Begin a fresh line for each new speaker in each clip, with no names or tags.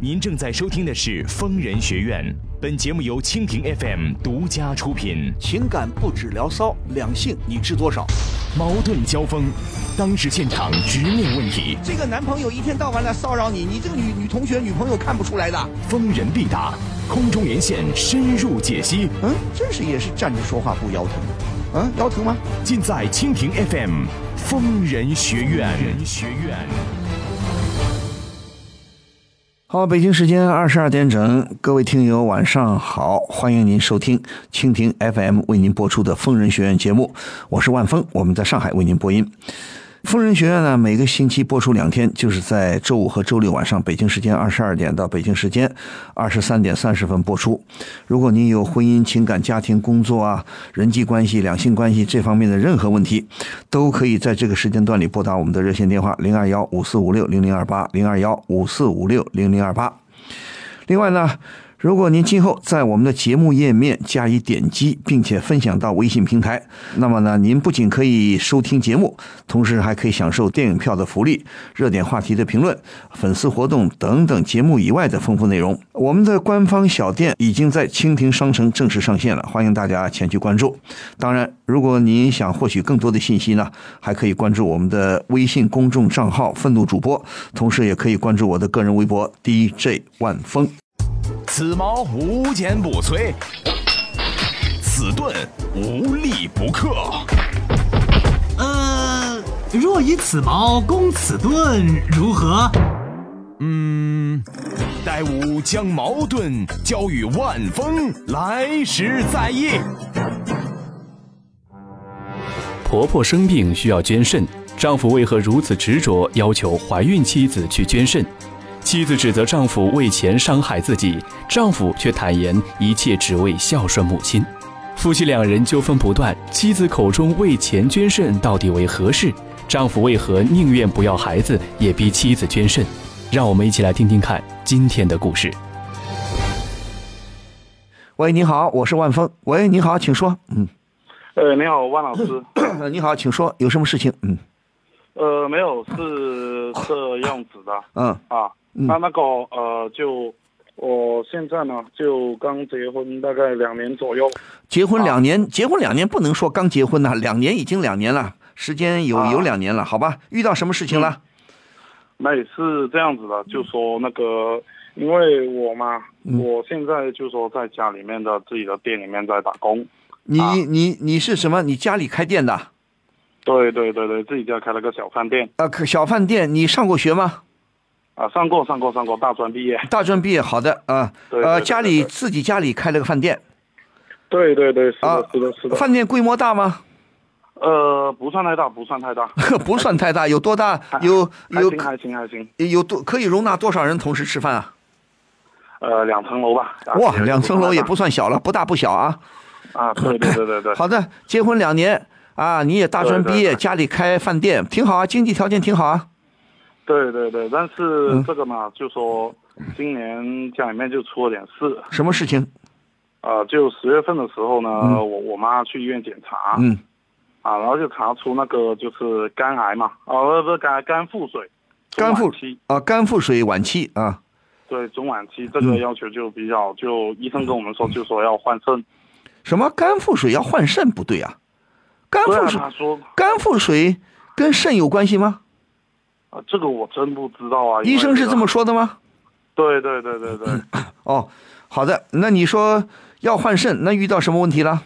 您正在收听的是《疯人学院》，本节目由蜻蜓 FM 独家出品。
情感不止聊骚，两性你知多少？
矛盾交锋，当时现场直面问题，
这个男朋友一天到晚来骚扰你，你这个女女同学、女朋友看不出来的。
疯人必答，空中连线深入解析，
嗯，真是也是站着说话不腰疼。嗯，腰疼吗？
尽在蜻蜓 FM《疯人学院》。人学院。
好，北京时间二十二点整，各位听友晚上好，欢迎您收听蜻蜓 FM 为您播出的《疯人学院》节目，我是万峰，我们在上海为您播音。疯人学院呢，每个星期播出两天，就是在周五和周六晚上，北京时间二十二点到北京时间二十三点三十分播出。如果您有婚姻、情感、家庭、工作啊、人际关系、两性关系这方面的任何问题，都可以在这个时间段里拨打我们的热线电话零二幺五四五六零零二八零二幺五四五六零零二八。另外呢，如果您今后在我们的节目页面加以点击，并且分享到微信平台，那么呢，您不仅可以收听节目，同时还可以享受电影票的福利、热点话题的评论、粉丝活动等等节目以外的丰富内容。我们的官方小店已经在蜻蜓商城正式上线了，欢迎大家前去关注。当然，如果您想获取更多的信息呢，还可以关注我们的微信公众账号“愤怒主播”，同时也可以关注我的个人微博 DJ 万峰。
此矛无坚不摧，此盾无力不克。
呃，若以此矛攻此盾，如何？
嗯待吾将矛盾交与万峰，来时再议。
婆婆生病需要捐肾，丈夫为何如此执着要求怀孕妻子去捐肾？妻子指责丈夫为钱伤害自己，丈夫却坦言一切只为孝顺母亲。夫妻两人纠纷不断，妻子口中为钱捐肾到底为何事？丈夫为何宁愿不要孩子也逼妻子捐肾？让我们一起来听听看今天的故事。
喂，你好，我是万峰。喂，你好，请说。嗯，
呃，你好，万老师。
呃你好，请说，有什么事情？嗯
呃，没有，是这样子的
嗯
啊。那那个呃，就我现在呢，就刚结婚大概两年左右。
结婚两年，结婚两年不能说刚结婚呐、两年已经两年了，时间有、
啊
有两年了，好吧？遇到什么事情了？
那也是这样子的，就说那个，因为我嘛，
嗯
我现在就说在家里面的自己的店里面在打工。
嗯你你你是什么？你家里开店的？
对对对对，自己家开了个小饭店
呃，可小饭店，你上过学吗？
啊，上过上过上过，大专毕业。
大专毕业，好的啊。
对对
呃，
对
家里
对
自己家里开了个饭店
对对对，是
啊
的，是的，是的。
饭店规模大吗？
呃，不算太大，不算太大，
不算太大，有多大？ 有
还
有
行还行还行。
有多可以容纳多少人同时吃饭啊？
呃，两层楼吧。啊
哇，两层楼也
不算
不算
太大
小了，不大不小啊。
啊，对对对对对，
好的，结婚两年啊，你也大专毕
对
业，
对对
家里开饭店，挺好啊，经济条件挺好啊。
对对对，但
嗯
是这个嘛，就说今年家里面就出了点事，
什么事情？
啊，就十月份的时候呢，我我妈去医院检查，
嗯，
啊，然后就查出那个就是肝癌嘛，啊，不不是肝癌肝腹水，中
肝腹
晚期，
啊，肝腹水晚期啊，
对中晚期这
嗯
个要求就比较，就医生跟我们说就说要换肾，
什么肝腹水要换肾不对啊？肝
对啊，
腹水，
他说
肝腹水跟肾有关系吗？
啊，这个我真不知道啊，因为
医生是
个
这么，说的吗？
对对对对对，
哦，好的，那你说要换肾，那遇到什么问题了？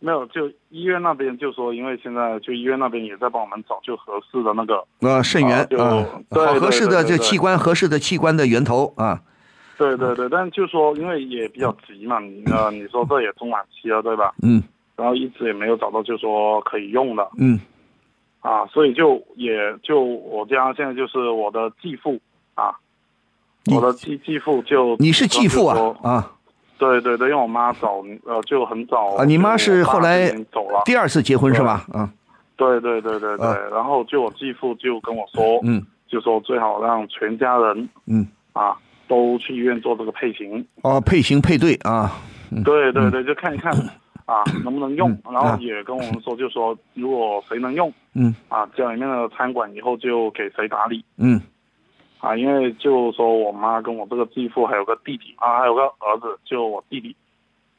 没有，就医院那边就说，因为现在就医院那边也在帮我们找就合适的那个。
呃，肾源
啊就
啊，
对
好合适的
对对
这
对
器官，合适的器官的源头啊，
对对
嗯
对，但就说因为也比较急嘛，你呃，你说这也中晚期了，对吧？
嗯
然后一直也没有找到就说可以用的
嗯
啊，所以就也就我家现在就是我的继父啊，
你
我的继继父就
你是继父
就
啊
说
啊
对对对，因为我妈早呃就很早
啊！你妈是后来
就我爸已经走了，
第二次结婚是吧？啊，
对对对对对，
啊
然后就我继父就跟我说，
嗯
就说最好让全家人
嗯，
啊都去医院做这个配型，
哦，配型配对啊，
对对对，就看一看 啊能不能用，然
啊
后也跟我们说，就说如果谁能用
嗯
啊，家里面的餐馆以后就给谁打理
嗯
啊，因为就说我妈跟我这个继父还有个弟弟啊，还有个儿子，就我弟弟。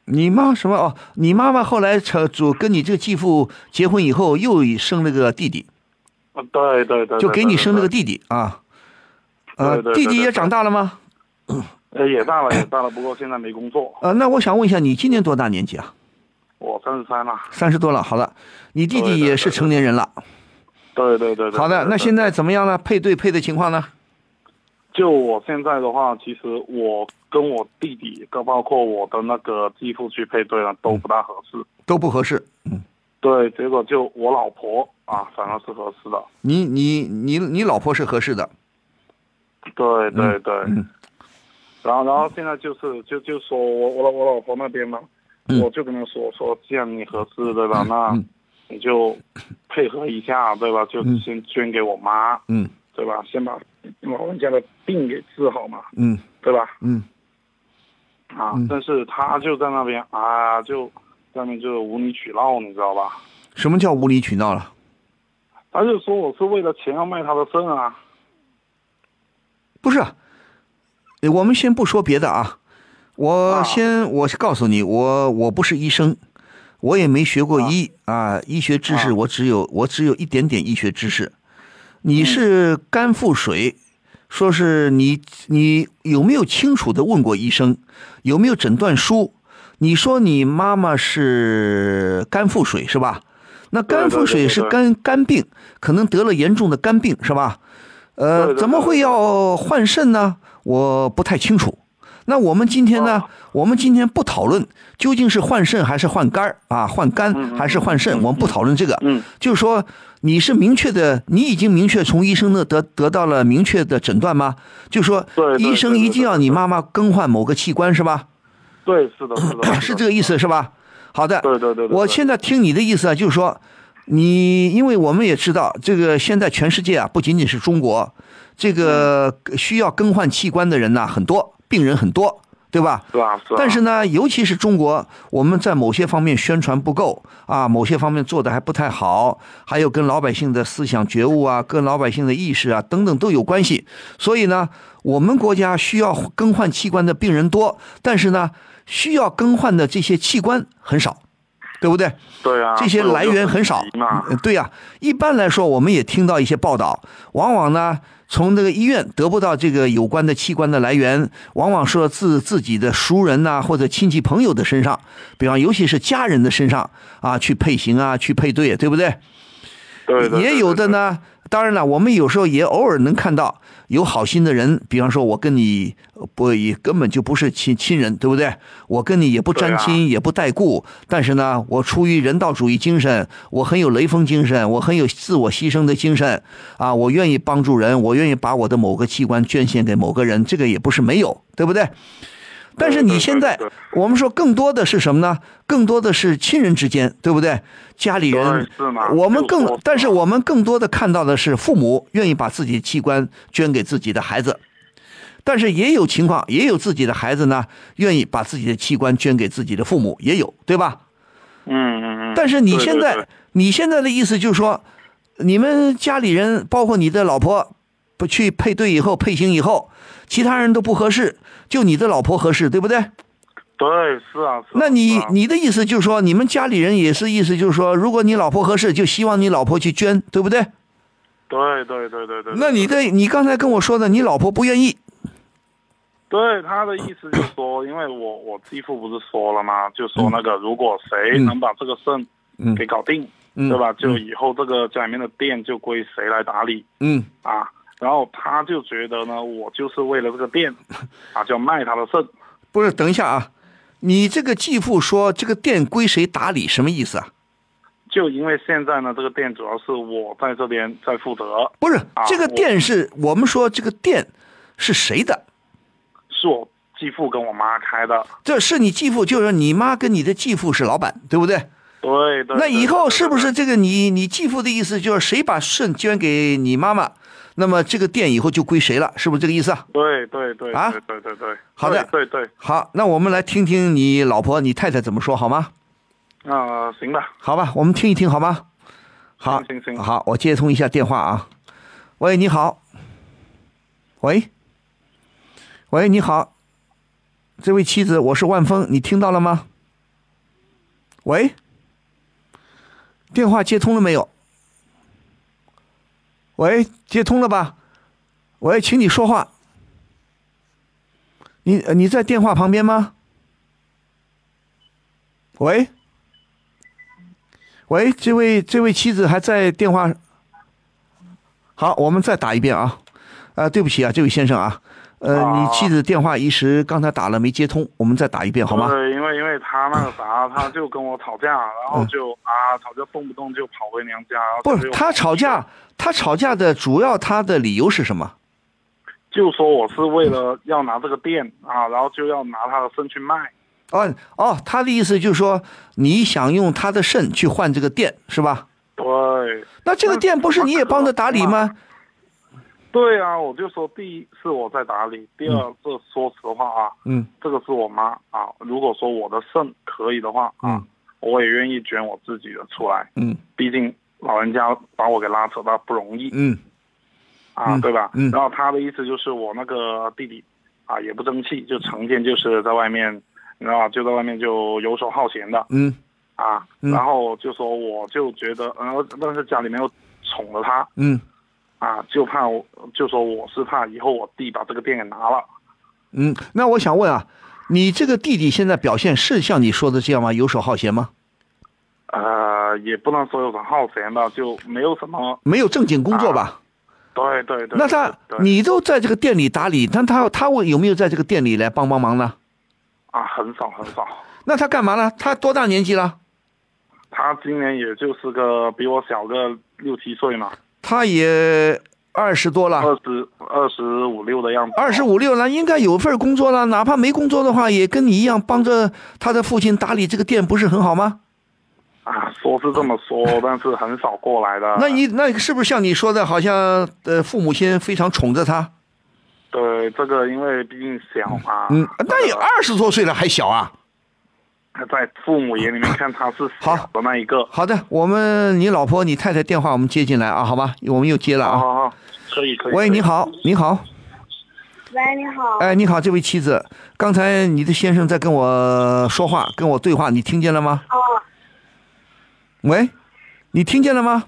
你妈什么哦？你妈妈后来成主跟你这个继父结婚以后，又生了个弟弟，
啊，对对对，
就给你生了个
弟，
弟弟啊。呃
对对，对
弟弟
对
也长大了吗？
呃，也大了也大了，不过现在没工作，
呃，那我想问一下，你今年多大年纪啊？
我三十三了。
三十多了。好了，你弟
对
弟
对
也
对
是
对
成年人了。
对对对对。
好的，
对
那
对
现在怎么样呢？配对配的情况呢？
就我现在的话，其实我跟我弟弟，跟包括我的那个继父去配对了，都不大合适。
都不合适。
对，结果就我老婆啊，反而是合适的。
你你你你老婆是合适的，
对对对。然后，然后现在就是就就说我我老我老婆那边嘛，我就跟她说说，既然你合适对吧，那你就配合一下对吧，就先捐给我妈，
嗯
对吧？先把老人家的病给治好嘛，
嗯
对吧？
嗯，
啊，但是他就在那边啊，就在那边就是无理取闹，你知道吧？
什么叫无理取闹了？
他就说我是为了钱要卖他的肾啊，
不是，啊我们先不说别的啊，我
啊
先、我告诉你，我我不是医生，我也没学过医啊医学知识
啊
我只有、我只有一点点医学知识。你是
嗯
肝腹水，说是你你有没有清楚的问过医生，有没有诊断书？你说你妈妈是肝腹水是吧？那
对对
肝腹水
对对
是
对
肝肝病，可能得了严重的肝病是吧？
对
呃，
对对
怎么会要换肾呢？我不太清楚。那我们今天
啊
呢？我们今天不讨论究竟是换肾还是换肝儿啊，换肝还是换肾，我们不讨论这个。
嗯，
就是说你是明确的，你已经明确从医生那得得到了明确的诊断吗？就说
对对对
医生一定要你妈妈更换某个器官是吧？
对，是的， 是 的，
是这个意思是吧？好的，
对对对对对
我现在听你的意思啊，就是说，你因为我们也知道，这个现在全世界啊，不仅仅是中国，这个
嗯
需要更换器官的人呐、很多，病人很多，对吧？
是吧？是吧？
但是呢，尤其是中国，我们在某些方面宣传不够啊，某些方面做的还不太好，还有跟老百姓的思想觉悟啊，跟老百姓的意识啊等等都有关系。所以呢，我们国家需要更换器官的病人多，但是呢，需要更换的这些器官很少，对不对？
对啊，
这些来源很少
急嘛。
呃对呀、一般来说，我们也听到一些报道，往往呢，从这个医院得不到这个有关的器官的来源，往往说自自己的熟人呐、或者亲戚朋友的身上，比方尤其是家人的身上啊，去配型啊，去配对，对不对？
对对，
也有的
对，
呢。当然了，我们有时候也偶尔能看到有好心的人，比方说，我跟你呃不也根本就不是亲亲人，对不对？我跟你也不沾亲，
对啊
也不带故，但是呢，我出于人道主义精神，我很有雷锋精神，我很有自我牺牲的精神啊，我愿意帮助人，我愿意把我的某个器官捐献给某个人，这个也不是没有，对不对？但是
对
你
对
现在
对对，
我们说更多的是什么呢？更多的是亲人之间，对不对？家里人
对是嘛，
我们
就
更
说，
但是
嘛
我们更多的看到的是父母愿意把自己的器官捐给自己的孩子，但是也有情况，也有自己的孩子呢愿意把自己的器官捐给自己的父母，也有，对吧？
嗯嗯嗯。
但是你
对
现在，
对对
你现在的意思就是说，你们家里人，包括你的老婆，不去配对以后配型以后，其他人都不合适，就你的老婆合适，对不对？
对是啊，是啊
那
啊是
你
啊
你的意思就是说，你们家里人也是意思就是说，如果你老婆合适，就希望你老婆去捐，对不对？
对对对对对，
那你
对
的你刚才跟我说的，你老婆不愿意，
对他的意思就是说，因为我我继父不是说了吗？就说那个
嗯
如果谁能把这个肾给搞定，
嗯
对吧？就以后这个家里面的店就归谁来打理
嗯，
啊。然后他就觉得呢，我就是为了这个 店，啊，就要卖他的肾。
不是，等一下啊，你这个继父说这个店归谁打理，什么意思啊？
就因为现在呢，这个店主要是我在这边在负责，
不是
啊，
这个店是我们说这个店是谁的？
是我继父跟我妈开的。
这是你继父，就是你妈跟你的继父是老板，对不对？
对对。
那
对
以后
对
是不
对
是这个你你继父的意思就是谁把肾捐给你妈妈，那么这个店以后就归谁了？是不是这个意思啊？
对对对
啊
对对对对，
好的
对对对，
好，那我们来听听你老婆、你太太怎么说好吗？
啊，行吧，
好吧，我们听一听好吗？好
行行，行
好，我接通一下电话啊。喂，你好，喂，喂，你好，这位妻子，我是万峰，你听到了吗？喂，电话接通了没有？喂，接通了吧？喂，请你说话。你呃你在电话旁边吗？喂，喂，这位这位妻子还在电话。好，我们再打一遍啊。啊、对不起啊，这位先生啊，呃，
啊
你妻子电话一时刚才打了没接通，我们再打一遍好吗？
对，因为因为他那个啥，他就跟我吵架，然后就啊吵架，动不动就跑回娘家。然
嗯
后
不
就是又
他吵架，他吵架的主要他的理由是什么？
就说我是为了要拿这个店啊，然后就要拿他的肾去卖。
哦哦，他的意思就是说你想用他的肾去换这个店是吧？
对，
那这个店不是你也帮着打理吗？
对啊，我就说第一是我在打理，第二这说实话啊，
嗯
这个是我妈啊。如果说我的肾可以的话啊，
嗯
我也愿意捐我自己的出来，
嗯
毕竟老人家把我给拉扯大不容易。
嗯
啊，
嗯
对吧？
嗯
然后他的意思就是我那个弟弟啊也不争气，就成天就是在外面，你知道吧？就在外面就游手好闲的
嗯
啊。
嗯
然后就说我就觉得，然后但是家里面又宠了他
嗯
啊，就怕我就说我是怕以后我弟把这个店给拿了。
嗯。那我想问啊，你这个弟弟现在表现是像你说的这样吗？游手好闲吗？
呃，也不能说有很好闲吧，就没有什么，
没有正经工作吧？
对对对。
那他
对
你都在这个店里打理，那他他会有没有在这个店里来帮帮忙呢？
啊，很少很少，
那他干嘛呢？他多大年纪了？
他今年也就是个比我小个六七岁嘛，
他也二十多了，
二十二十五六的样子。
啊二十五六了，应该有份工作了。哪怕没工作的话，也跟你一样帮着他的父亲打理这个店，不是很好吗？
啊，说是这么说，但是很少过来的。
那你那是不是像你说的，好像呃父母亲非常宠着
啊
他？
对这个，因为毕竟小嘛，
嗯，那也二十多岁了还小啊。
他在父母眼里面看他是小
好
的那一个。
好的，我们你老婆、你太太电话我们接进来啊，好吧？我们又接了
好
啊。
好好，可哦以可以。可
喂，
以
你。好，你好，
喂，你好。
哎，你好，这位妻子，刚才你的先生在跟我呃说话，跟我对话，你听见了吗？
哦，
喂，你听见了吗？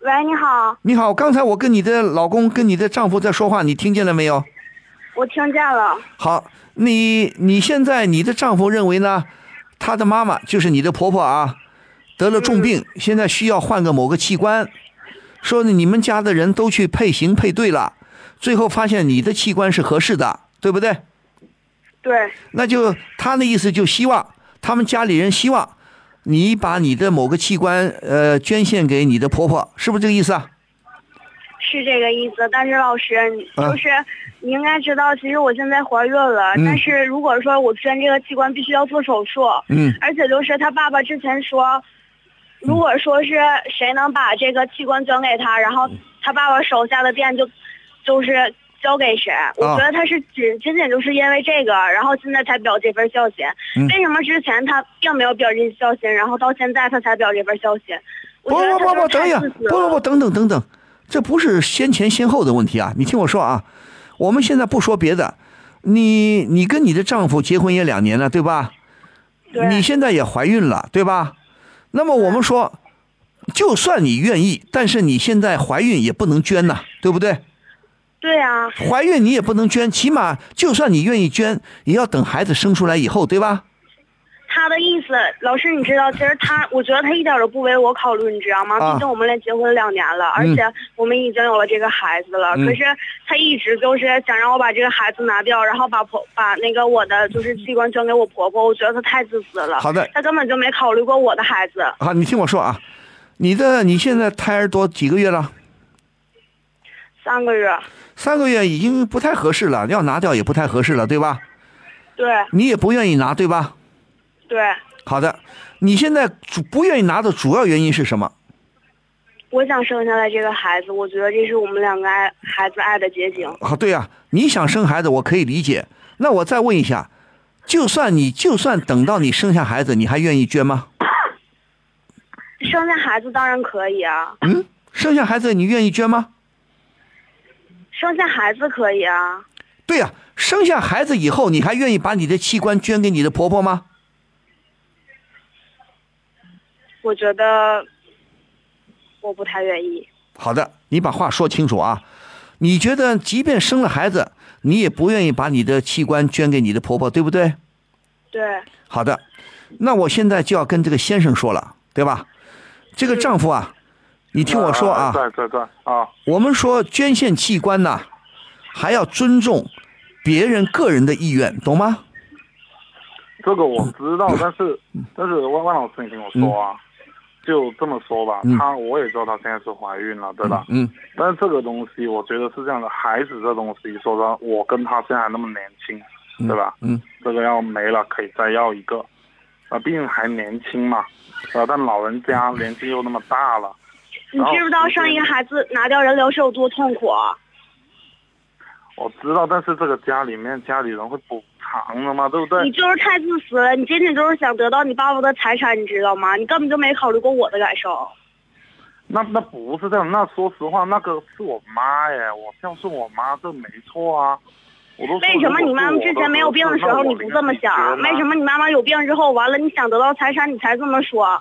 喂，你好，
你好，刚才我跟你的老公、跟你的丈夫在说话，你听见了没有？
我听见了。
好，你你现在你的丈夫认为呢，他的妈妈就是你的婆婆啊，得了重病，现在需要换个某个器官，说呢你们家的人都去配型配对了，最后发现你的器官是合适的，对不对？
对，
那就他的意思就希望他们家里人希望你把你的某个器官呃捐献给你的婆婆，是不是这个意思啊？
是这个意思。但是老师，你
啊
就是、你应该知道，其实我现在怀孕了，
嗯
但是如果说我捐这个器官，必须要做手术。
嗯
而且就是他爸爸之前说，如果说是谁能把这个器官捐给他，然后他爸爸手下的店就就是交给谁。我
啊
觉得他是仅仅仅就是因为这个，然后现在才表这份孝心。
嗯
为什么之前他并没有表这孝心，然后到现在他才表这份孝心？我
不
觉得
不
他
不
就
不，
是
等一下，
太自私
不不
了
不，等等等等，这不是先前先后的问题啊！你听我说啊，我们现在不说别的，你你跟你的丈夫结婚也两年了，对吧？
对
你现在也怀孕了，对吧？那么我们说，就算你愿意，但是你现在怀孕也不能捐呐、对不对？
对啊，
怀孕你也不能捐，起码就算你愿意捐，也要等孩子生出来以后，对吧？
他的意思，老师，你知道，其实他，我觉得他一点都不为我考虑，你知道吗？
啊
毕竟我们俩结婚两年了，而且我们已经有了这个孩子了。
嗯
可是他一直就是想让我把这个孩子拿掉，然后把婆把那个我的就是器官捐给我婆婆，我觉得他太自私了。
好的
他根本就没考虑过我的孩子。
好，你听我说啊，你的你现在胎儿多几个月了？
三个月，
三个月已经不太合适了，要拿掉也不太合适了，对吧？
对
你也不愿意拿，对吧？
对，
好的，你现在主不愿意拿的主要原因是什么？
我想生下来这个孩子，我觉得这是我们两个爱孩子爱的结晶。
啊，对啊，你想生孩子，我可以理解。那我再问一下，就算你就算等到你生下孩子，你还愿意捐吗？
生下孩子当然可以啊，
嗯，生下孩子你愿意捐吗？
生下孩子可以啊。
对呀、生下孩子以后，你还愿意把你的器官捐给你的婆婆吗？
我觉得我不太愿意。
好的，你把话说清楚啊。你觉得，即便生了孩子，你也不愿意把你的器官捐给你的婆婆，对不对？
对，
好的，那我现在就要跟这个先生说了，对吧？这个丈夫啊，你听我说啊，
对对对啊，
我们说捐献器官呐、还要尊重别人个人的意愿，懂吗？
这个我知道，但是
嗯
但是万万老师，你听我说啊，就这么说吧，她我也知道她现在是怀孕了，对吧？
嗯，
但是这个东西，我觉得是这样的，孩子这东西，说实话，我跟他现在还那么年轻，对吧？
嗯，
这个要没了可以再要一个，啊，毕竟还年轻嘛，啊，但老人家
嗯
年纪又那么大了，
你知不知
哦
道生一个孩子拿掉人流是有多痛苦？
我知道，但是这个家里面家里人会补偿的嘛，对不
你
对？
就是太自私了，你仅仅就是想得到你爸爸的财产，你知道吗？你根本就没考虑过我的感受。
那那不是这样，那说实话，那个是我妈耶，我孝顺我妈，这没错啊。我都说
为什么
如
你
果
妈妈
是我
之前没有病的时候
那
你
我
不这么想？
领
为
解决
什
呢
么你妈妈有病之后，完了你想得到财产，你才这么说？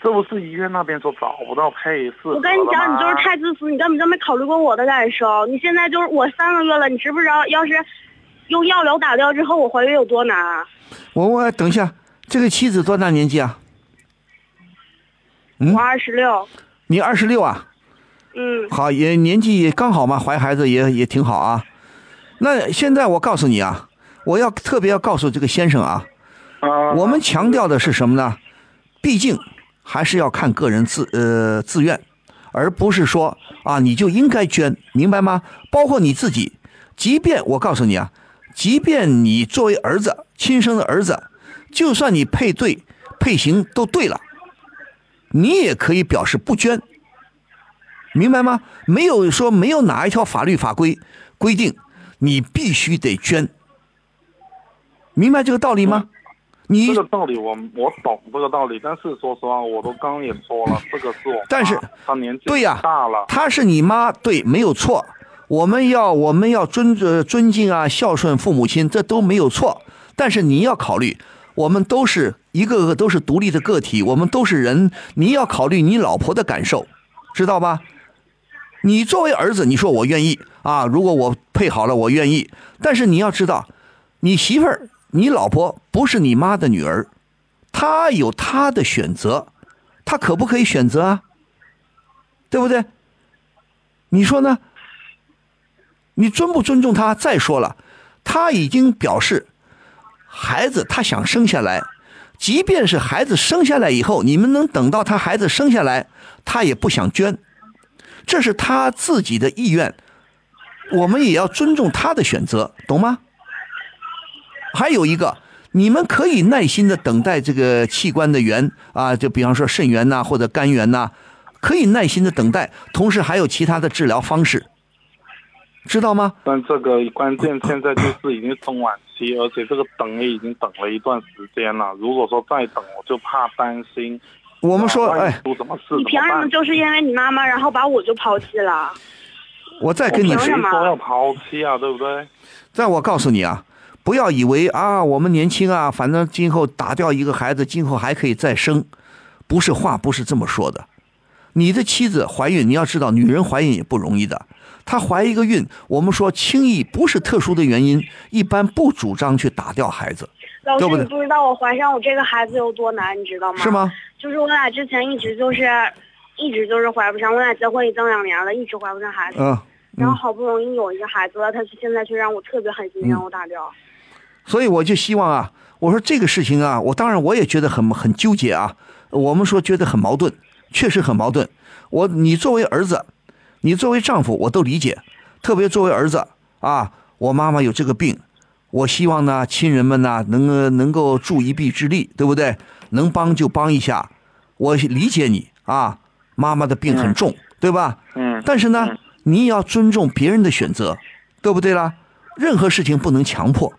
这不是医院那边说找不到配饰？
我跟你讲，你就是太自私，你根本就没考虑过我的感受。你现在就是我三个月了，你知不知道？要是用药疗打掉之后，我怀孕有多难啊？
我我等一下，这个妻子多大年纪啊？嗯
我二十六，
你二十六啊？
嗯，
好，也年纪也刚好嘛，怀孩子也也挺好啊。那现在我告诉你啊，我要特别要告诉这个先生啊，
啊，
我们强调的是什么呢？毕竟还是要看个人自呃自愿，而不是说啊你就应该捐，明白吗？包括你自己，即便我告诉你啊，即便你作为儿子亲生的儿子，就算你配对配型都对了，你也可以表示不捐，明白吗？没有说没有哪一条法律法规规定你必须得捐，明白这个道理吗？你
这个道理我我懂这个道理，但是说实话，我都刚刚也说了，这个是我妈，
但是
她年纪
对呀、
大了，
她是你妈，对，没有错。我们要我们要尊呃尊敬啊，孝顺父母亲，这都没有错。但是你要考虑，我们都是一个个都是独立的个体，我们都是人，你要考虑你老婆的感受，知道吧？你作为儿子，你说我愿意啊，如果我配好了，我愿意。但是你要知道，你媳妇儿、你老婆不是你妈的女儿，她有她的选择，她可不可以选择啊？对不对？你说呢？你尊不尊重她？再说了，她已经表示，孩子她想生下来，即便是孩子生下来以后，你们能等到她孩子生下来，她也不想捐，这是她自己的意愿，我们也要尊重她的选择，懂吗？还有一个，你们可以耐心的等待这个器官的源啊，就比方说肾源呐、或者肝源呐、可以耐心的等待，同时还有其他的治疗方式，知道吗？
但这个关键现在就是已经中晚期，而且这个等也已经等了一段时间了。如果说再等，我就怕担心。
我
哦我
们说，哎，
啊出什么事？
你凭什么
怎
就是因为你妈妈，然后把我就抛弃了？
我再哎跟
办
你
凭
说
什，么
谁说要抛弃啊？对不对？
再我告诉你啊，不要以为啊，我们年轻啊，反正今后打掉一个孩子，今后还可以再生，不是话不是这么说的。你的妻子怀孕，你要知道，女人怀孕也不容易的。她怀一个孕，我们说轻易不是特殊的原因，一般不主张去打掉孩子，
老师，
对不对
你不知道我怀上我这个孩子有多难，你知道吗？
是？吗？
就是我俩之前一直就是，一直就是怀不上，我俩结婚已经两年了，一直怀不上孩子。
嗯、
然后好不容易有一个孩子了，他现在却让我特别狠
嗯
心让我打掉。
所以我就希望啊，我说这个事情啊，我当然我也觉得很很纠结啊。我们说觉得很矛盾，确实很矛盾。我你作为儿子，你作为丈夫，我都理解。特别作为儿子啊，我妈妈有这个病，我希望呢亲人们呢能呃能够助一臂之力，对不对？能帮就帮一下，我理解你啊。妈妈的病很重，对吧？
嗯，
但是呢，你也要尊重别人的选择，对不对啦？任何事情不能强迫，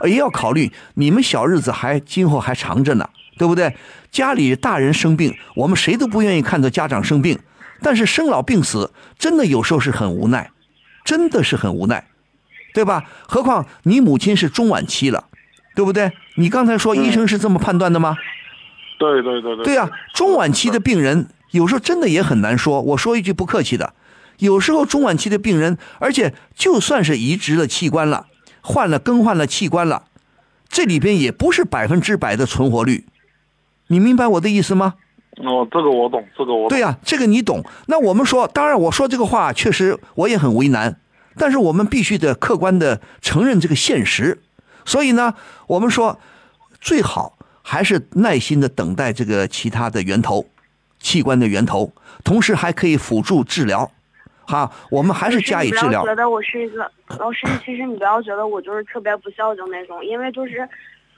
呃也要考虑你们小日子还今后还长着呢，对不对？家里大人生病，我们谁都不愿意看着家长生病，但是生老病死真的有时候是很无奈，真的是很无奈，对吧？何况你母亲是中晚期了，对不对？你刚才说
嗯
医生是这么判断的吗？
对对对对。
对啊，中晚期的病人有时候真的也很难说。我说一句不客气的，有时候中晚期的病人，而且就算是移植了器官了，换了更换了器官了，这里边也不是百分之百的存活率。你明白我的意思吗？
哦，这个我懂，这个我懂。
对呀、这个你懂。那我们说，当然我说这个话确实我也很为难，但是我们必须得客观的承认这个现实。所以呢，我们说最好还是耐心的等待这个其他的源头，器官的源头，同时还可以辅助治疗。哈，我们还是加以治疗
老师你不要觉。得我是一个老师，其实你不要觉得我就是特别不孝敬那种，因为就是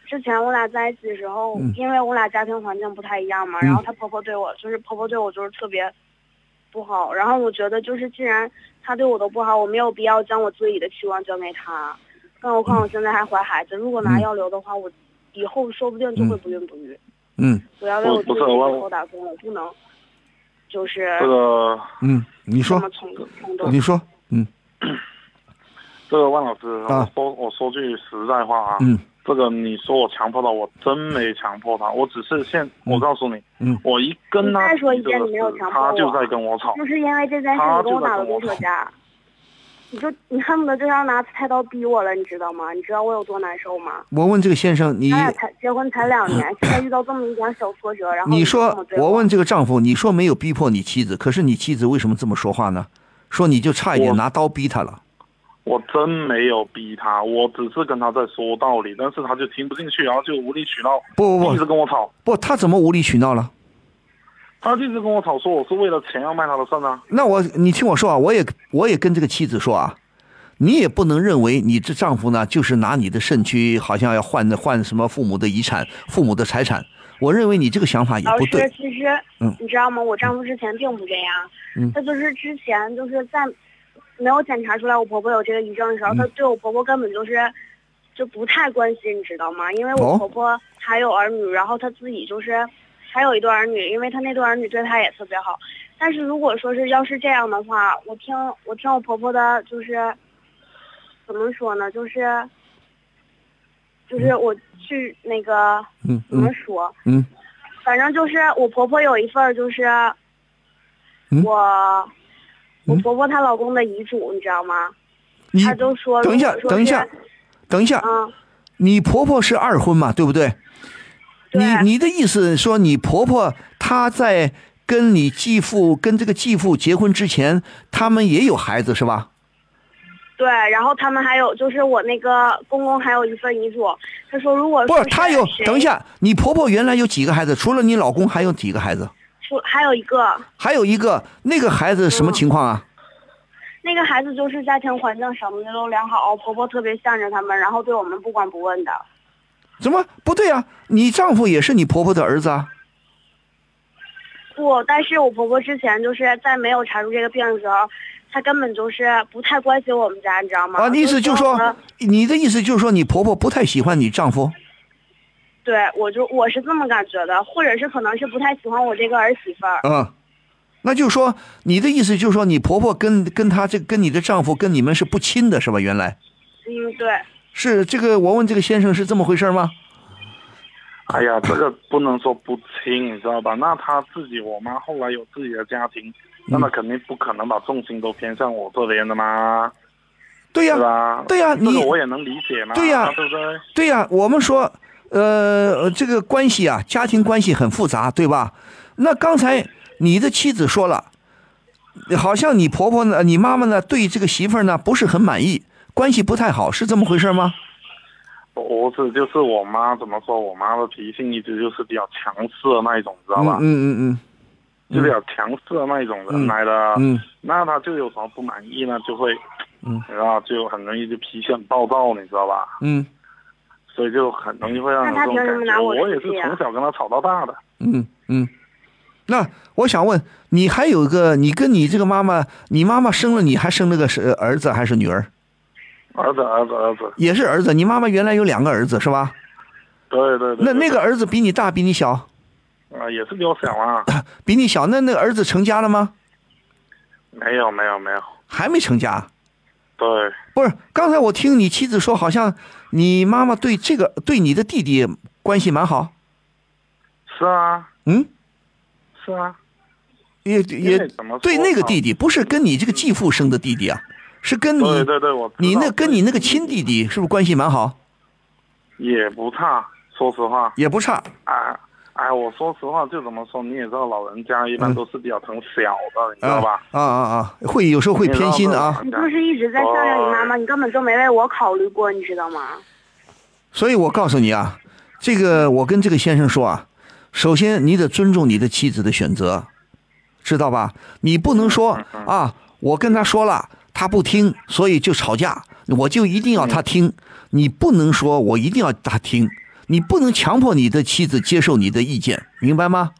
之前我俩在一起的时候，
嗯
因为我俩家庭环境不太一样嘛，然后她婆婆对我就是婆婆对我就是特别不好，然后我觉得就是既然她对我都不好，我没有必要将我自己的器官捐给她，更何
嗯
况我现在还怀孩子，如果拿药流的话，我以后说不定就会不孕不育。
嗯
我要为我自己
不是
的
我
以后打工，我不能就是
这个
嗯，你
这
说
么，冲冲动。
你说，嗯
这个万老师，
啊
我说我说句实在话啊，
嗯
这个你说我强迫他，我真没强迫他，我只是现，我告诉你，
嗯
我一跟他
你再说一
提这
遍
个
你没有
事
强迫
他就
我啊
在跟我吵。
就是因为这件事，
他
你跟
就
我
在
打了
跟我
多少架？你就你恨不得就要拿菜刀逼我了，你知道吗？你知道我有多难受吗？
我问这个先生，你
咱俩才结婚才两年，现在遇到这么一点小挫折，然后
你
就
说
这么，对
我问这个丈夫，你说没有逼迫你妻子，可是你妻子为什么这么说话呢？说你就差一点
我
拿刀逼他了。
我真没有逼他，我只是跟他在说道理，但是他就听不进去，然后就无理取闹，
不不
一直
不，
跟我吵，
不，他怎么无理取闹了？
他就一直跟我吵，说我是为了钱要卖他的肾啊。
那我，你听我说啊，我也我也跟这个妻子说啊，你也不能认为你这丈夫呢，就是拿你的肾去，好像要换换什么父母的遗产、父母的财产。我认为你这个想法也
老
不
师
对，，
其实、
嗯
你知道吗？我丈夫之前并不这样，
嗯
他就是之前就是在没有检查出来我婆婆有这个遗症的时候，
嗯
他对我婆婆根本就是就不太关心，你知道吗？因为
哦
我婆婆还有儿女，然后她自己就是还有一对儿女，因为她那对儿女对她也特别好。但是如果说是要是这样的话，我听我听我婆婆的，就是怎么说呢，就是就是我去那个
嗯
怎么
嗯
说，
嗯
反正就是我婆婆有一份儿，就是
嗯
我、我婆婆她老公的遗嘱，你知道吗？
你
她就说，
等一下
如，果说
等一下
是，
等一下，
嗯，
你婆婆是二婚嘛，对不对？
对
你你的意思说，你婆婆她在跟你继父跟这个继父结婚之前，他们也有孩子是吧？
对，然后他们还有就是我那个公公还有一份遗嘱，他说如果
不
说
是，
呃是
她有
谁。
等一，下，你婆婆原来有几个孩子？除了你老公，还有几个孩子？
说还有一个
还有一个那个孩子什么情况啊？
那个孩子就是家庭环境什么的都良好，婆婆特别向着他们，然后对我们不管不问的。
怎么不对啊？你丈夫也是你婆婆的儿子啊？
不，但是我婆婆之前就是在没有查出这个病的时候，她根本就是不太关心我们家，你知道吗？
啊，你意思就是
我
说
们，
你的意思就是说，你婆婆不太喜欢你丈夫？
对我就我是这么感觉的，或者是可能是不太喜欢我这个儿媳妇儿。
嗯，那就是说，你的意思就是说，你婆婆跟跟她这跟你的丈夫跟你们是不亲的，是吧？原来
嗯，对，
是这个，我问这个先生是这么回事吗？
哎呀，这个不能说不亲，你知道吧？那他自己，我妈后来有自己的家庭，
嗯
那他肯定不可能把重心都偏向我这边的嘛，
对呀、
对吧？
对呀、
这个
你
我也能理解嘛，
对呀
对不对？
对呀、我们说，呃，这个关系啊，家庭关系很复杂，对吧？那刚才你的妻子说了，好像你婆婆呢，你妈妈呢，对这个媳妇儿呢不是很满意，关系不太好，是这么回事吗？
我是就是我妈怎么说，我妈的脾性一直就是比较强势的那一种，你知道
嗯
吧？
嗯嗯
就比较强势的那一种人来的，
嗯
那他就有什么不满意呢，就会，嗯，然后就很容易就脾气很暴躁，你知道吧？
嗯
所以就很容易会让人
那他
这种
凭什
感
么拿
觉。
我
我也
出
是
气啊
从小跟他吵到大的，
嗯嗯嗯。那我想问，你还有一个，你跟你这个妈妈，你妈妈生了你还生了个是呃儿子还是女儿？
儿子，儿子，儿子，
也是儿子。你妈妈原来有两个儿子是吧？
对 对对。
那
对
那个儿子比你大，比你小？
啊，也是比我小 啊，
比你小，那那个儿子成家了吗？
没有没有没有，
还没成家，
对，
不是，刚才我听你妻子说，好像你妈妈对这个对你的弟弟关系蛮好。
是啊，
嗯，
是啊，
也也
因为怎么说
对那个弟弟，不是跟你这个继父生的弟弟啊，是跟你
对对对，我知道
你那跟你那个亲弟弟是不是关系蛮好？
也不差，说实话，
也不差。
哎哎，我说实话，就怎么说，你也知道，老人家一般都是比较疼小的，你知道吧？
嗯啊啊啊！会有时候会偏心的啊，
你不是一直在膈应你妈妈，
哦
你根本就没为我考虑过，你知道吗？
所以我告诉你啊，这个我跟这个先生说啊，首先你得尊重你的妻子的选择，知道吧？你不能说啊，我跟他说了，他不听，所以就吵架，我就一定要他听。你不能说我一定要他听，你不能强迫你的妻子接受你的意见，明白吗？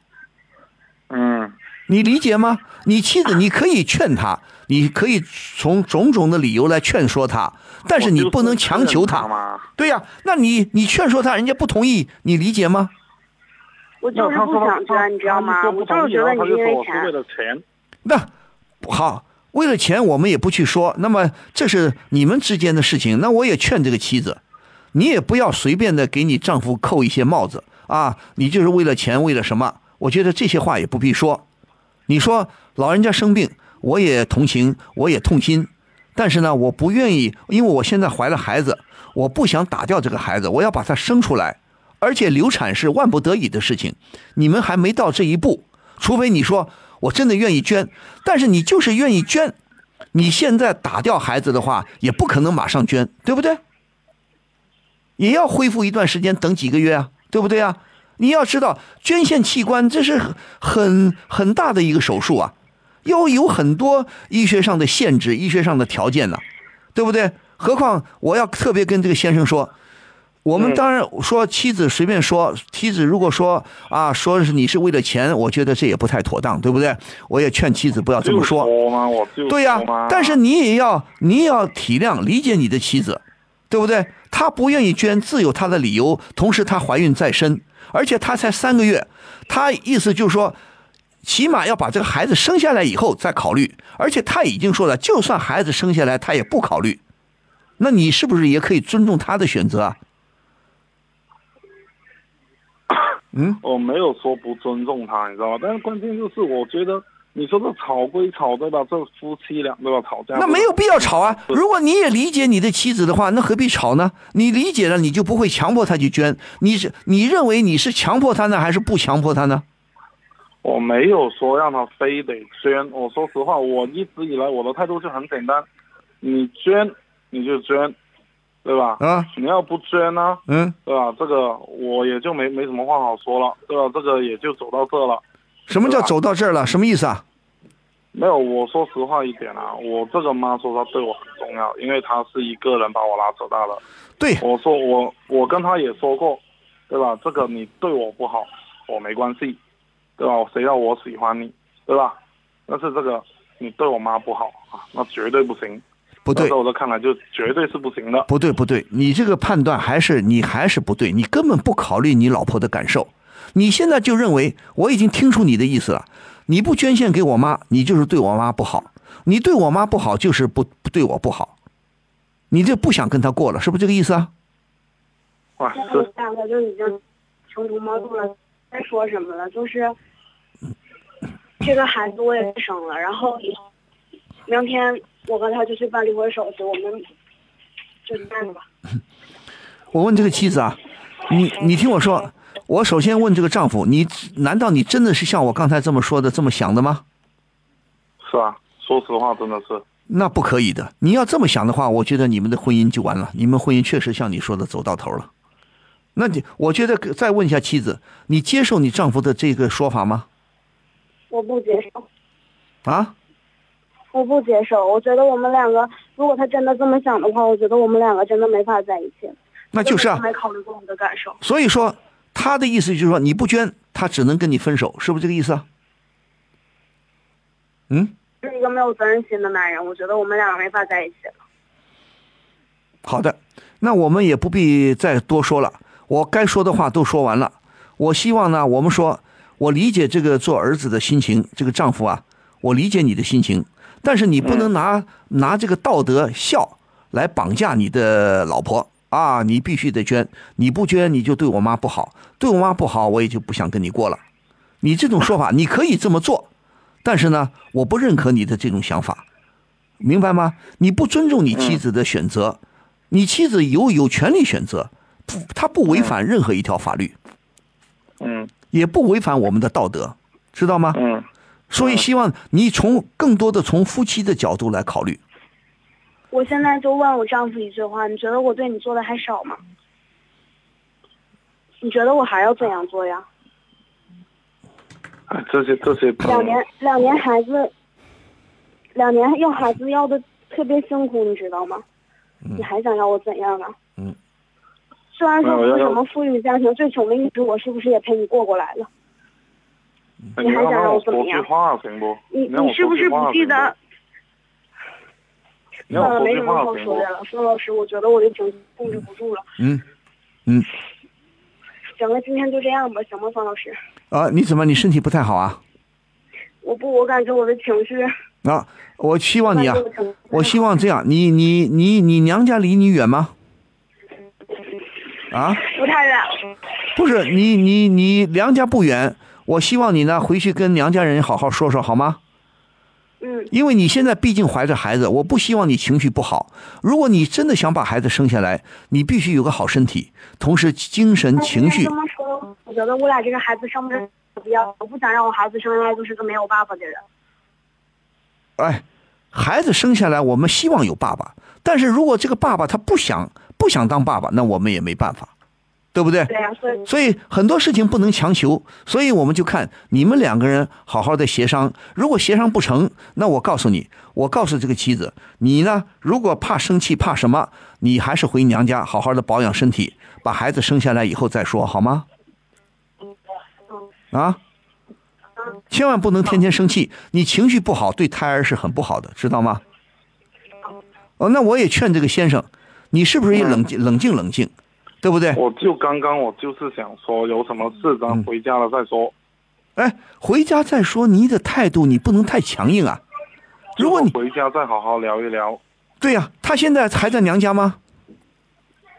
嗯，
你理解吗？你妻子，你可以劝她，你可以从种种的理由来劝说她，但是你不能强求
我就是劝她
她
嘛。
对呀、那你你劝说她，人家不同意，你理解吗？
我就是
那他
不
说
想
他
这，你知道吗？
他
我
不
就
同意
是觉得
然后
你
他就
因
说我是
为
为
钱。
了钱，
啊那好，为了钱我们也不去说，那么这是你们之间的事情。那我也劝这个妻子，你也不要随便的给你丈夫扣一些帽子啊，你就是为了钱，为了什么？我觉得这些话也不必说。你说老人家生病，我也同情，我也痛心，但是呢，我不愿意，因为我现在怀了孩子，我不想打掉这个孩子，我要把他生出来，而且流产是万不得已的事情，你们还没到这一步，除非你说我真的愿意捐，但是你就是愿意捐，你现在打掉孩子的话，也不可能马上捐，对不对？也要恢复一段时间，等几个月啊，对不对啊？你要知道，捐献器官这是很很很大的一个手术啊，要有很多医学上的限制、医学上的条件呢、对不对？何况我要特别跟这个先生说，我们当然说妻子随便说，妻子如果说啊，说是你是为了钱，我觉得这也不太妥当，对不对？我也劝妻子不要这么说。
就嘛，我就
对呀、
说嘛
但是你也要你也要体谅理解你的妻子，对不对？她不愿意捐，自有她的理由。同时，她怀孕在身，而且她才三个月，她意思就是说，起码要把这个孩子生下来以后再考虑。而且她已经说了，就算孩子生下来，她也不考虑。那你是不是也可以尊重她的选择啊？
我哦没有说不尊重他，你知道吗？但是关键就是，我觉得你说这吵归吵，对吧？这夫妻俩对吧？吵架
那没有必要吵啊！
对
如果你也理解你的妻子的话，那何必吵呢？你理解了，你就不会强迫她去捐。你是你认为你是强迫她呢，还是不强迫她呢？
我没有说让他非得捐。我说实话，我一直以来我的态度是很简单，你捐你就捐，对吧？
啊，
你要不捐呢、
嗯，
对吧？这个我也就没没什么话好说了，对吧？这个也就走到这了。
什么叫走到这儿了？什么意思啊？
没有，我说实话一点啊，我这个妈说她对我很重要，因为她是一个人把我拉扯大的。
对，
我说我我跟她也说过，对吧？这个你对我不好，我没关系，对吧？谁让我喜欢你，对吧？但是这个你对我妈不好啊，那绝对不行。
不
那
对
在，我的看来，就绝对是不行的。
不对，不对，你这个判断还是你还是不对，你根本不考虑你老婆的感受。你现在就认为我已经听出你的意思了，你不捐献给我妈，你就是对我妈不好；你对我妈不好，就是不不对我不好。你这不想跟她过了，是不是这个意思啊？
哇，这
我两个就已经穷途末路了，再说什么了？就是这个孩子我也生了，然后以后明天我跟他就去办离婚手续，我们就这样吧。
我问这个妻子啊，你你听我说，我首先问这个丈夫，你难道你真的是像我刚才这么说的这么想的吗？
是啊，说实话，真的是。
那不可以的。你要这么想的话，我觉得你们的婚姻就完了。你们婚姻确实像你说的走到头了。那你，我觉得再问一下妻子，你接受你丈夫的这个说法吗？
我不接受，
啊，
我不接受。我觉得我们两个，如果他真的这么想的话，我觉得我们两个真的没法在一起。
那就是啊
我。没考虑过我的感受。
所以说，他的意思就是说，你不捐，他只能跟你分手，是不是这个意思啊？嗯，
是一个没有责任心的男人，我觉得我们两个没法在一起了。
好的，那我们也不必再多说了，我该说的话都说完了。我希望呢，我们说，我理解这个做儿子的心情，这个丈夫啊，我理解你的心情，但是你不能拿拿这个道德孝来绑架你的老婆啊！你必须得捐，你不捐你就对我妈不好，对我妈不好我也就不想跟你过了。你这种说法你可以这么做，但是呢，我不认可你的这种想法，明白吗？你不尊重你妻子的选择，你妻子有有权利选择，不，她不违反任何一条法律，
嗯
也不违反我们的道德，知道吗？
嗯
所以希望你从更多的从夫妻的角度来考虑。
我现在就问我丈夫一句话：你觉得我对你做的还少吗？你觉得我还要怎样做呀？
哎这些这些朋友
两年，两年孩子，两年要孩子要的特别辛苦，你知道吗？你还想要我怎样啊？
嗯。
虽然
嗯
说不
我要
是什么富裕家庭，最穷的一直我是不是也陪你过过来了？
哎
你还想让我怎么样
你让我说句话行不？
你
让我
你是不
说句
是
话
不记
行
得？
你让我
嗯，
说
没
句
什么
话
好
行
说
不？
的了，孙老师，我觉得我的情绪控制不住了。
嗯，嗯，
行了，今天就这样吧，行吗，方老师？
啊，你怎么你身体不太好啊？
我不，我感觉我的情绪，
啊，我希望你啊
我感觉我的情绪，
我希望这样，你你你你娘家离你远吗？啊，
不太远。
不是，你你你娘家不远，我希望你呢回去跟娘家人好好说说好吗？
嗯，
因为你现在毕竟怀着孩子，我不希望你情绪不好。如果你真的想把孩子生下来，你必须有个好身体，同时精神
那今
嗯情
天
绪
这么说，我觉得我俩这个孩子生不生不要，我不想让我孩子生下来就是个没有爸爸的人。
哎，孩子生下来，我们希望有爸爸，但是如果这个爸爸他不想不想当爸爸，那我们也没办法，对不对？
对呀、所以
所以很多事情不能强求，所以我们就看你们两个人好好的协商。如果协商不成，那我告诉你，我告诉这个妻子，你呢，如果怕生气怕什么，你还是回娘家好好的保养身体，把孩子生下来以后再说，好吗？
嗯
啊，千万不能天天生气，你情绪不好对胎儿是很不好的，知道吗？哦，那我也劝这个先生，你是不是也冷静冷静冷静，对不对？
我就刚刚我就是想说，有什么事咱回家了再说。
哎，回家再说，你的态度你不能太强硬啊。如果你
回家再好好聊一聊。
对呀、他现在还在娘家吗？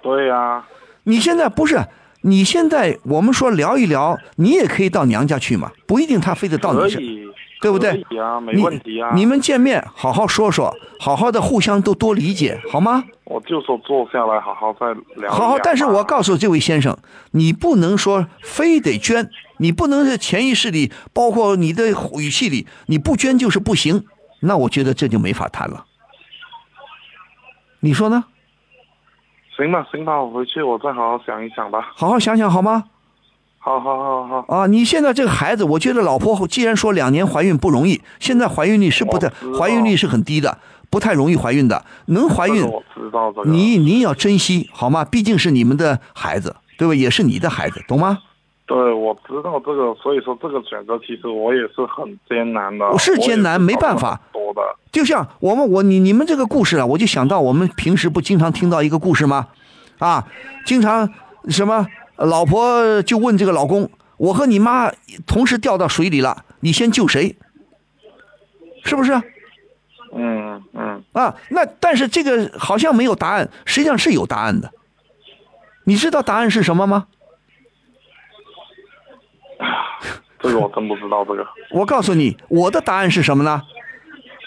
对呀、
你现在不是？你现在我们说聊一聊，你也可以到娘家去嘛，不一定他非得到
可
你这，
以，
对不对？
可以啊，没问题啊。
你。你们见面好好说说，好好的互相都多理解，好吗？
我就说坐下来好好再聊一聊嘛。
好好，但是我告诉这位先生，你不能说非得捐，你不能是潜意识里，包括你的语气里，你不捐就是不行，那我觉得这就没法谈了。你说呢？
行吧，行吧，我回去我再好好想一想吧。
好好想想好吗？
好好好好，
啊，你现在这个孩子，我觉得老婆既然说两年怀孕不容易，现在怀孕率是不太
我知，道
怀孕率是很低的，不太容易怀孕的，能怀
这
孕
个我知道这个。
你你要珍惜好吗？毕竟是你们的孩子，对吧？也是你的孩子，懂吗？
对，我知道这个，所以说这个选择其实我也是很艰难的。
是艰难
我也
没办法
考虑很多的，
就像我们我你你们这个故事啊，我就想到我们平时不经常听到一个故事吗？啊，经常什么老婆就问这个老公，我和你妈同时掉到水里了，你先救谁？是不是
嗯嗯，
啊？那但是这个好像没有答案，实际上是有答案的。你知道答案是什么吗？
这个我真不知道这个。
我告诉你，我的答案是什么呢？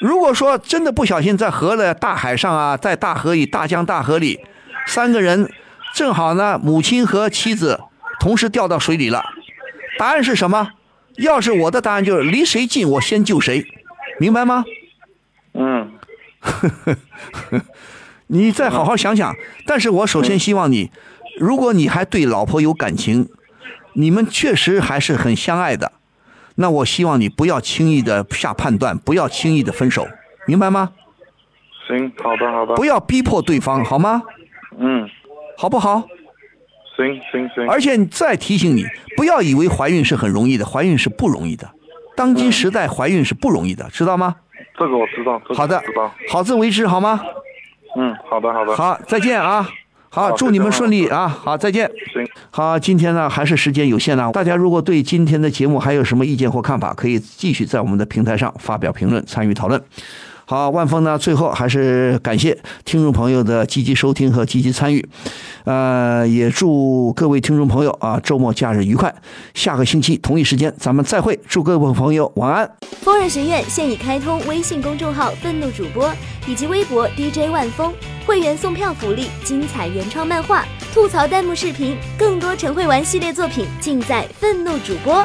如果说真的不小心在河的大海上啊，在大河里、大江大河里，三个人正好呢，母亲和妻子同时掉到水里了，答案是什么？要是我的答案就是离谁近我先救谁，明白吗？
嗯，
你再好好想想。但是我首先希望你，如果你还对老婆有感情，你们确实还是很相爱的，那我希望你不要轻易的下判断，不要轻易的分手，明白吗？
行，好的好的
不，要逼迫对方，好吗？
嗯，
好不好？
行行行，
而且再提醒你，不要以为怀孕是很容易的，怀孕是不容易的。当今时代，怀孕是不容易的，知道吗？
这个我知道，这个
好的
我知道，，
好自为之，好吗？
嗯，好的好的，
好，再见啊！好，
好
祝你们顺利啊！好，再见。
行。
好，今天呢还是时间有限呢，大家如果对今天的节目还有什么意见或看法，可以继续在我们的平台上发表评论，参与讨论。好，万峰呢，最后还是感谢听众朋友的积极收听和积极参与，呃，也祝各位听众朋友啊周末假日愉快，下个星期同一时间咱们再会，祝各位朋友晚安。
风润学院现已开通微信公众号“愤怒主播”以及微博 DJ 万峰，会员送票福利、精彩原创漫画、吐槽弹幕视频，更多陈慧玩系列作品尽在“愤怒主播”。